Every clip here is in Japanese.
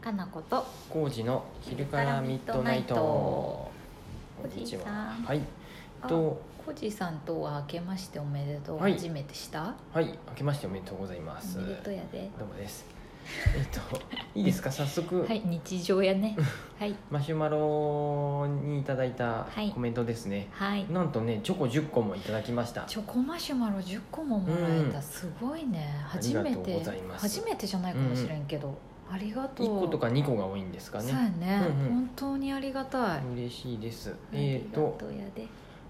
かなこと工事の昼からミッドナイト。こんにちは。はい。と、コジさんとは明けましておめでとう、はい初めてしたはい、明けましておめでとうございます。おどめでとうやでうもです。えっと、いいで すか、早速、はい日常やねはいマシュマロにいただいたはいコメントですね。はいなんとね、チョコ10個もいただきました。チョコマシュマロ10個ももらえた、うんすごいねあり初がとめうごてざいます初めてじゃないかもしれんけど、ありがとう1個とか2個が多いんですかそうやね。ね、うんうん本当にありがたい、嬉しいです。ありえっがと、とうやで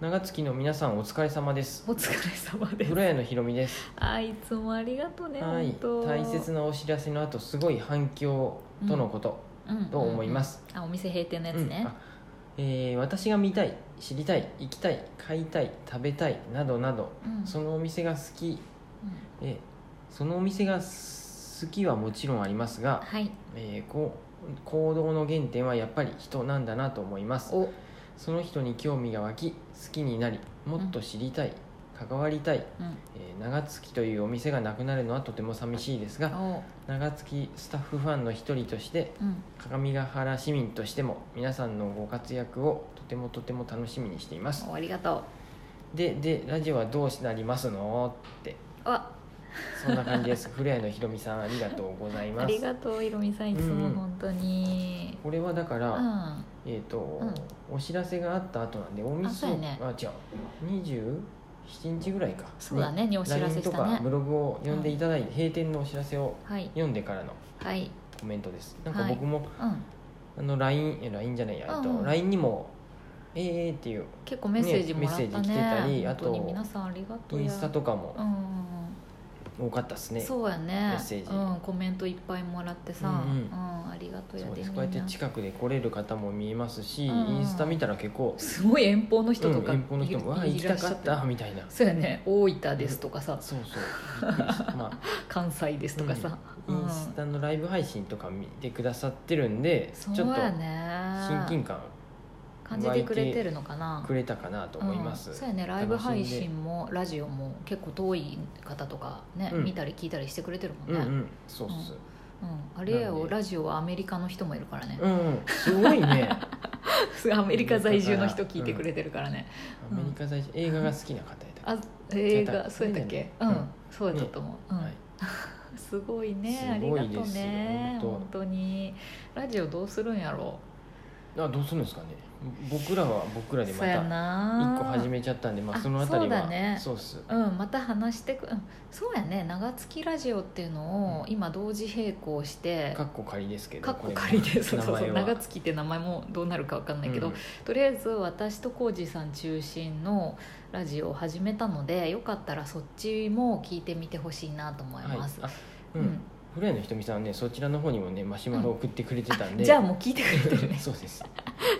長月の皆さんお疲れ様です。お疲れ様です古谷のひろみです。あいつもありがとうね、はい本当。大切なお知らせの後、すごい反響とのこと。と思います、うんうんうんあお店閉店のやつうんねあ、えー私が見たい知りたい行きたい買いたい食べたいなどなどうんそのお店が好きうんえーそのお店が好きはもちろんありますが、はいえーこう行動の原点はやっぱり人なんだなと思いますおその人に興味が湧き好きになりもっと知りたい、関わりたい、うんえー長月というお店がなくなるのはとても寂しいですがお長月スタッフファンの一人としてうん各務原市民としても皆さんのご活躍をとてもとても楽しみにしていますおありがとうででラジオはどうなりますのってあそんな感じです 古谷のひろみさんありがとうございあまりすがとうひろみさんいつうんもうん本当にこれはだかうら、ん、あえっ、と、うお知らせがあった後なんでお店そうやねあ違う27日ぐらいかそうだねにお知らせ LINE しとたかねブログを読んでいただいて、閉店のお知らせをはい読んでからのはいコメントですなんかはい僕も、うんあの LINE え LINE じゃないや、えっうんうとん LINE にもえー、えー、っていう結構メッセージもらったねねメッセージ来てたりあと本当に皆さんありがとうイやンスタとかもうんうんうん多かったですねそうやねメッセージうん、コメントいっぱいもらってさ、ううんんありがとうやそうでですみんこうやってな近くで来れる方も見えますし、うんうんインスタ見たら結構、すごい遠方の人とうんかい遠方の人も「わあ行いきらたっしゃかっってた」みたいなそうやね大分ですとかさ、そうそうびっく りしたまあ関西ですとかさ、インスタのライブ配信とか見てくださってるんで、そうちょっとやね親近感感じてくれてるのかなくれたかなと思いまうんすそう、やねライブ配楽しん信もラジオも結構遠い方とかね、うん見たり聞いたりしてくれてるもんうんうね、んうんそうっすあれなんをでラジオはアメリカの人もいるからねう、ん、うん、すご いねアメリカ在住の人聞いてくれてるからね、アメリカ在住映画が好きな方やったかあ映やっ画たそうやったっけう、うんんそうやったと思う、らうんはい、すごいねあすりごがいですとうね本当本当にラジオどうするんやろあどうするんですかね僕らは僕らでまそうやたな一個始めちゃったんで、まあ、そのあたりあそはうだねそうっすうん、また話してく、うん、そうやね長月ラジオっていうのを今同時並行してかっこ仮ですけどかっこ仮でそうそうそう長つ月って名前もどうなるかわかんないけど、とりあえず私と浩二さん中心のラジオを始めたのでよかったらそっちも聞いてみてほしいなと思いはいます、あううんん、古谷のひとみさんはねそちらの方にもねマシュマロを送ってくれてたんで、じゃあもう聞いてくれてるね そうです、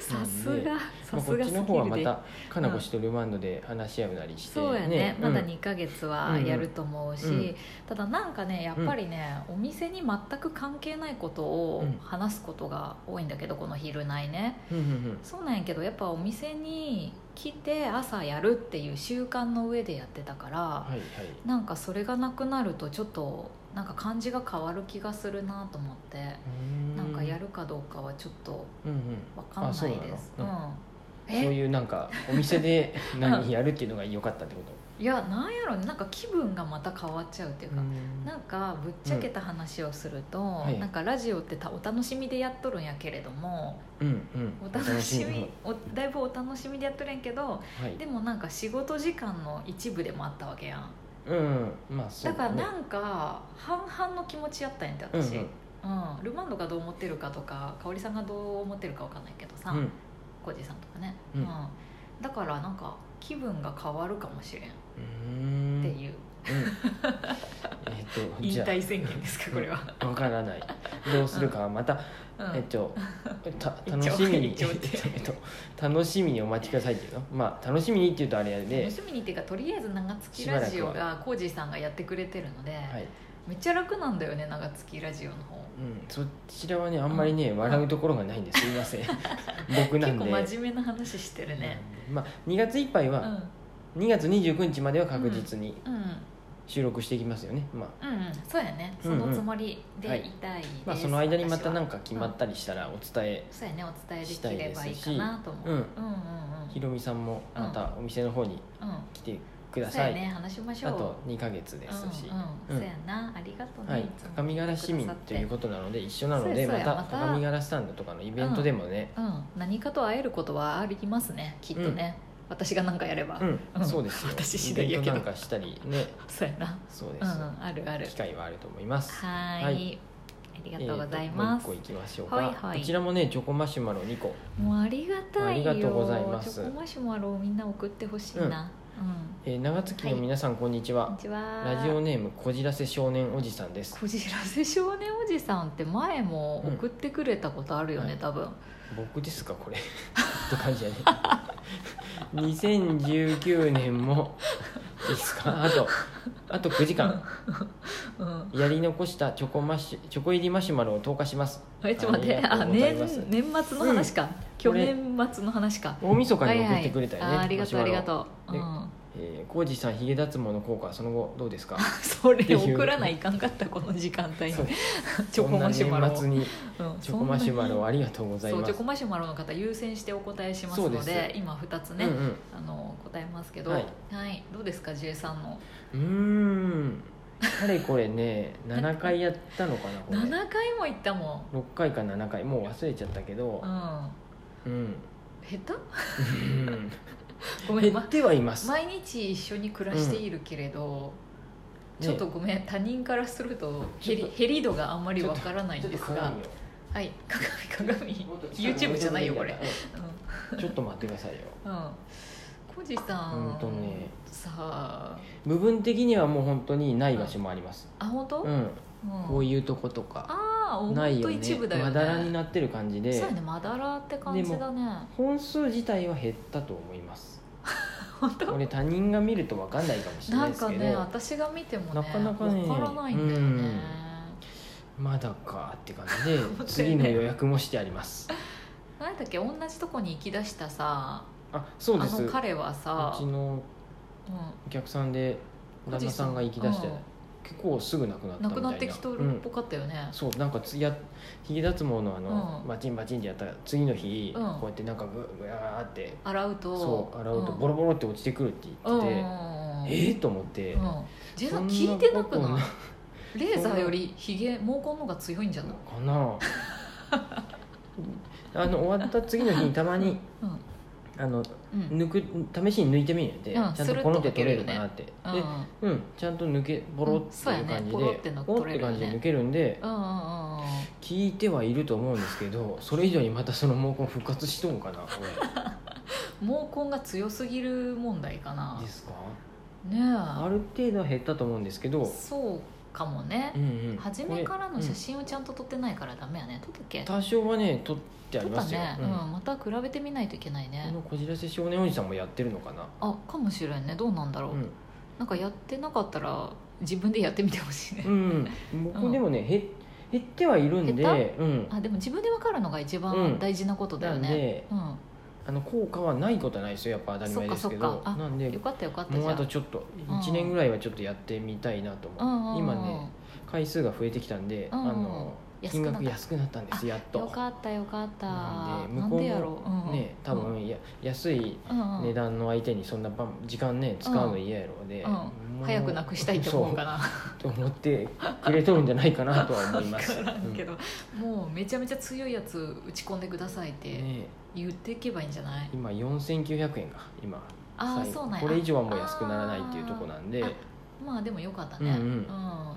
さすがまさあ、こすっがちすぎの方はるまでたかなこしとルマンドで話し合うなりして、そうやねまだうん2ヶ月はやると思うし、うんうんただなんかねやっぱりね、お店に全く関係ないことをうん話すことが多いんだけどこの「昼内ね」うんうんそうなんやけどやっぱお店に来て朝やるっていう習慣の上でやってたから、うんはいはいなんかそれがなくなるとちょっとなんか感じが変わる気がするなと思って、うーなんかやるかどうかはちょっとうんうんわかんないあそうなのです。うんうん、そうえいうなんかお 店でう何んやるっていうのが良かったってこいやなんやろねなんか気分がまた変わっちゃうっていうとか、なんかぶっちゃけた話をすると、いなんかラジオってたお楽しみでやっとるんやけれどもうんうんお楽しみうんおだいぶお楽しみでやっとるんやけどはいでもなんか仕事時間の一部でもあったわけやんうんうんまあそだうからねなんか半々の気持ちやったんやってうん私、うんルマンドがどう思ってるかとか香織さんがどう思ってるかわかんないけどさうんうん浩二、さんとかね、うんだからなんか気分が変わるかもしれんっうーんていううんえっと引じゃ退宣言ですかこれは、あわからないどうするかはまた、うんえっ とた一応楽しみに一応って えっと楽しみにお待ちくださいっていうのまあ楽しみにっていうとあれで楽しみにっていうかとりあえず長月しばらくラはジオがコージーさんがやってくれてるので、はい、めっちゃ楽なんだよね長月ラジオの方うん、そちらはねあんまりね、笑うところがないんですすい ません僕結なんで構真面目な話してるねうんまあ2月いっぱいうは、ん2月29日までは確実にうん収録していきますよねまあうんうんそうやねそのつもりでいたいです、まあ、その間にまた何私はか決まったりしたらお伝え、そうやねお伝えでしたきいでればいいすしかなと思う、うんうんうんひろみさんもまたお店の方にうんうん来てくだそうさやい、ね話しましょうあと2ヶ月ですし、うんうんそうやなありがとうね、はいいつも各務原市民ということなので一緒なのでそうまやそうやたまた各務原スタンドとかのイベントでもね、うん、何かと会えることはありますねきっとね、私が何かやれば、うんうんそうですよ私次第やけどイベントなんかしたりねそうやなそうでうんす、あるある機会はあると思いますはーいはいありがとうございます、えーともう一個いきましょうか、はいはいこちらもねチョコマシュマロ2個、もうありがたいよありがとうございますチョコマシュマロをみんな送ってほしいな、うんえー長月の皆さん、こんにちはこんにちはラジオネームこじらせ少年おじさんですこじらせ少年おじさんって前も送ってくれたことあるよね、うん多分僕ですかこれって 感じやね2019年もいいですかあとあと9時間うんやり残したチョコマシュチョコ入りマシュマロを投下しますえちょっと待ってありあがとうござい年ます年末の話か、去年末の話か大晦日に送ってくれたよね、はいはいあーありがとうありがとう、うねん、 えー、浩二さんヒゲ脱毛の効果その後どうですかそれ送らないかんかったこの時間帯にそう チョコマシュマロこんな年末 にうんチョコマシュマロをありがとうごそざんいなにそうまチすョコマシュマロの方優先してお答えしますそのうでです今2つね、うんうんあの答えますけど、ははいいどうですか J さんのうーんかれこれね7回やったのかなこれ7回も行ったも6回か7回もう忘れちゃったけどん、うんうん、下手うんごめん、減まっ、てはいます、毎日一緒に暮らしているけれど、ねちょっとごめん他人からすると減りちょっ減り度があんまりわからないちょんっでとす鏡がよはい鏡鏡もっと近く YouTube じゃないよこれうんうんちょっと待ってくださいようんコジさんほんとねさあ部分的にはもう本当にない場所もあります、あ本当、うん、うんこういうとことかああほないんよとね一部だよねまだらになってる感じでそうやねまだらって感じだね本数自体は減ったと思います 本当これ他人が見ると分かんないかもしれなないんですかけど、ね私が見てもねなかなかねわからないんだよねまだかって感 じで当だよね次の予約もしてあります何だっけ同じとこに行きだしたさあそうですあうの彼はさちのうんお客さんで旦那さんが行き出してうん結構すぐ亡くなった亡みたいくななってきとうるっんぽかったよね、そうなんかつやヒゲ脱毛のあの、うんバチンバチンってやったら次の日、うんこうやってなんかググヤーって洗うとそう洗うとボロボロって落ちてくるってう言っんてうんて、うんうんえー、と思って、うん、ジェイさんそん聞ないてなくことなないレーザーよりヒゲ毛根の方が強いんじゃない、かな あの終わった次の日にたまにうんあのうん抜く試しに抜いてみるんで、うんちゃんとポロって取れるかなって、うんでうんちゃんと抜けボロっていううんそう感じで、やねポロってのポロ取れってるよね感じで抜けるんで、うんうんうん聞いてはいると思うんですけどそれ以上にまたその毛根復活しとんかなこ 毛根が強すぎる問題かなれですかねあえる程度は減ったと思うんですけど、そうかもねうんうん初めからの写、真をちゃんと撮ってないからダメやね撮ったっけこれうん多少はね取ってあ撮りっまたすよ、ねうんうんまた比べてみないといけないこねのこじらせ少年おじさんもやってるのかな、あかもしれんねどうなんだろううんなんかやってなかったら自分でやってみてほしいねうん、僕でもね、減減ってはいるん減で、うん、あでも自分で分かるのが一番大事なことだよなんねでうんあの効果はないことはないですよやっぱ当たり前ですそけっどかそっかあなんでよかったよかったじもうゃあんとちょっとうん1年ぐらいはちょっとやってみたいなとうんうんうん思う今ね回数が増えてきたんであうんうんの安くなっ金た額安くなったんですやっよとかったよかったななんんで向こうもでやろう、うん、ね多分や安いうんうん値段の相手にそんなばん時間ね使うの嫌やろうでうんもう早くなくしたいと思うかなそうと思ってくれとるんじゃないかなとは思います分から んけど、もうめちゃめちゃ強いやつ打ち込んでくださいっうんてね言っていけばいいんじゃない、今4900円か今ああ最そう後なんやこれ以上はもう安くならないっていうとこなんであーまあでもよかったねう、うんん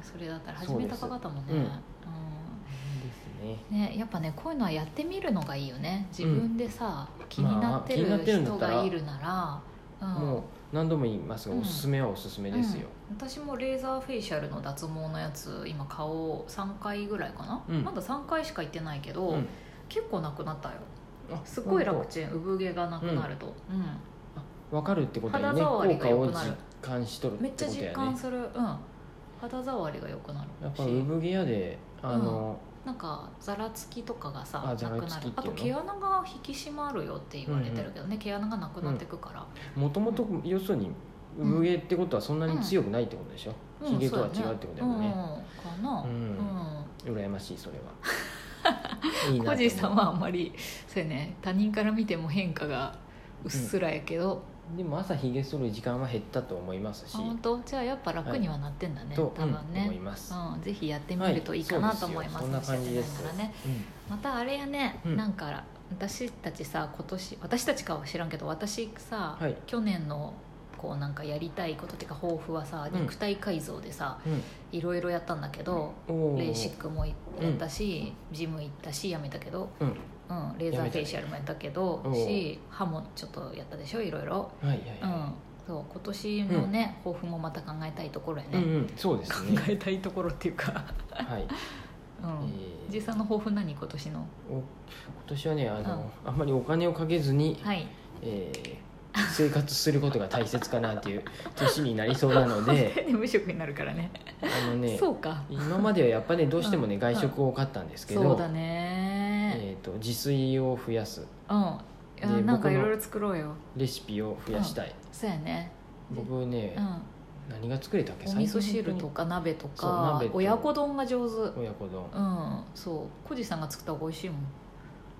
それだったら始めたかかったもんねそうですうですねんねやっぱねこういうのはやってみるのがいいよね自分でさ、気になってまあ気になるってるんだ人ったらがいるなら、うん、もう何度も言いますが、うんおすすめはおすすめですよ、うん私もレーザーフェイシャルの脱毛のやつ今顔3回ぐらいかな、うんまだ3回しか行ってないけど、うん結構なくなったよあすごい楽本ちん産毛がなくなると、うん当わかるってことだよね肌触り効が果良をくなる実感しとるっめてっこちゃと実や感ねする、うん肌触りが良くなやっるしぱ産毛屋であの、なんかざらつきとかがさあなくざならるつきっていうのあと毛穴が引き締まるよって言われてるけどね、毛穴がなくなってくから、もともと要するにうん上ってことはそんなに強くないってことでしょ、うヒんゲとは違そうやってことだよね、うん、かなううんん羨ましいそれは いいコなージーさとん思うはあんまりそうやね他人から見ても変化がうっすらやけど、でも朝ひげ剃る時間は減ったと思いますしあ本当じゃあやっぱ楽にはなってんだね、と、多分うんね思い、ます、うんぜひやってみるといいかなと思います,、はいそうですよそんな感じですからねうんまたあれやね、うんなんか私たちさ今年私たちかは知らんけど私さ、はい去年のこうなんかやりたいことっていうか抱負はさうん肉体改造でさ、うんいろいろやったんだけど、おーレーシックもやったし、ジム行ったしやめたけど、うんうん、レーザーフェイシャルもやったけどやめたねし歯もちょっとやったでしょいろいろ、はいはいうんはそう今年のね、抱負もまた考えたいところやい、うんね、うんそうで考すねえたいところっていうか、はい、うえん、ー実際の抱負何今年のお今年はねあの、あんまりお金をかけずに、はい えー生活することが大切かなっていう年になりそうな ので無職になるからねあのねそうか今まではやっぱりどうしてもねうん外食多かったんですけど、そうだね、えー、と自炊を増やすうんいやでなんか僕いのろいろ作ろうよレシピを増やしたい、そうやね僕ね、うん何が作れたっけお最味近噌汁とか鍋とそうか鍋と親子丼が上手親子丼うんそう小路さんが作った方が美味しいもん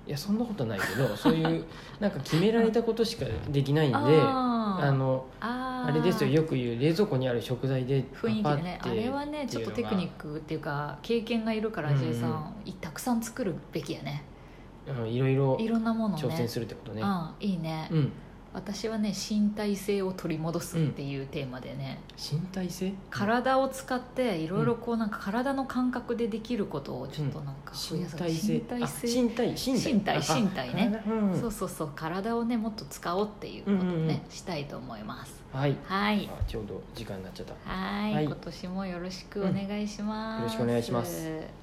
いやそんなことないけど そういうなんか決められたことしかできないんでああーのああれですよよよく言う冷蔵庫にある食材で雰囲気でねパパあってれはねちょっとテクニックっていうか経験がいるからうん J さんいたくさん作るべきやねうんいろいろいろんなものをね挑戦するってことねうんいいねうん私はね身体性を取り戻すっていうテーマでね身体性体を使っていろいろこうなんか体の感覚でできることをちょっとなんか増身やす体性身体性あ身体身身体体あ身体ねあうんそうそうそう体をねもっと使おうっていうことをね、うんうんうんしたいと思いますはいはいあちょうど時間になっちゃったはいはい今年もよろしくお願いします、うんよろしくお願いします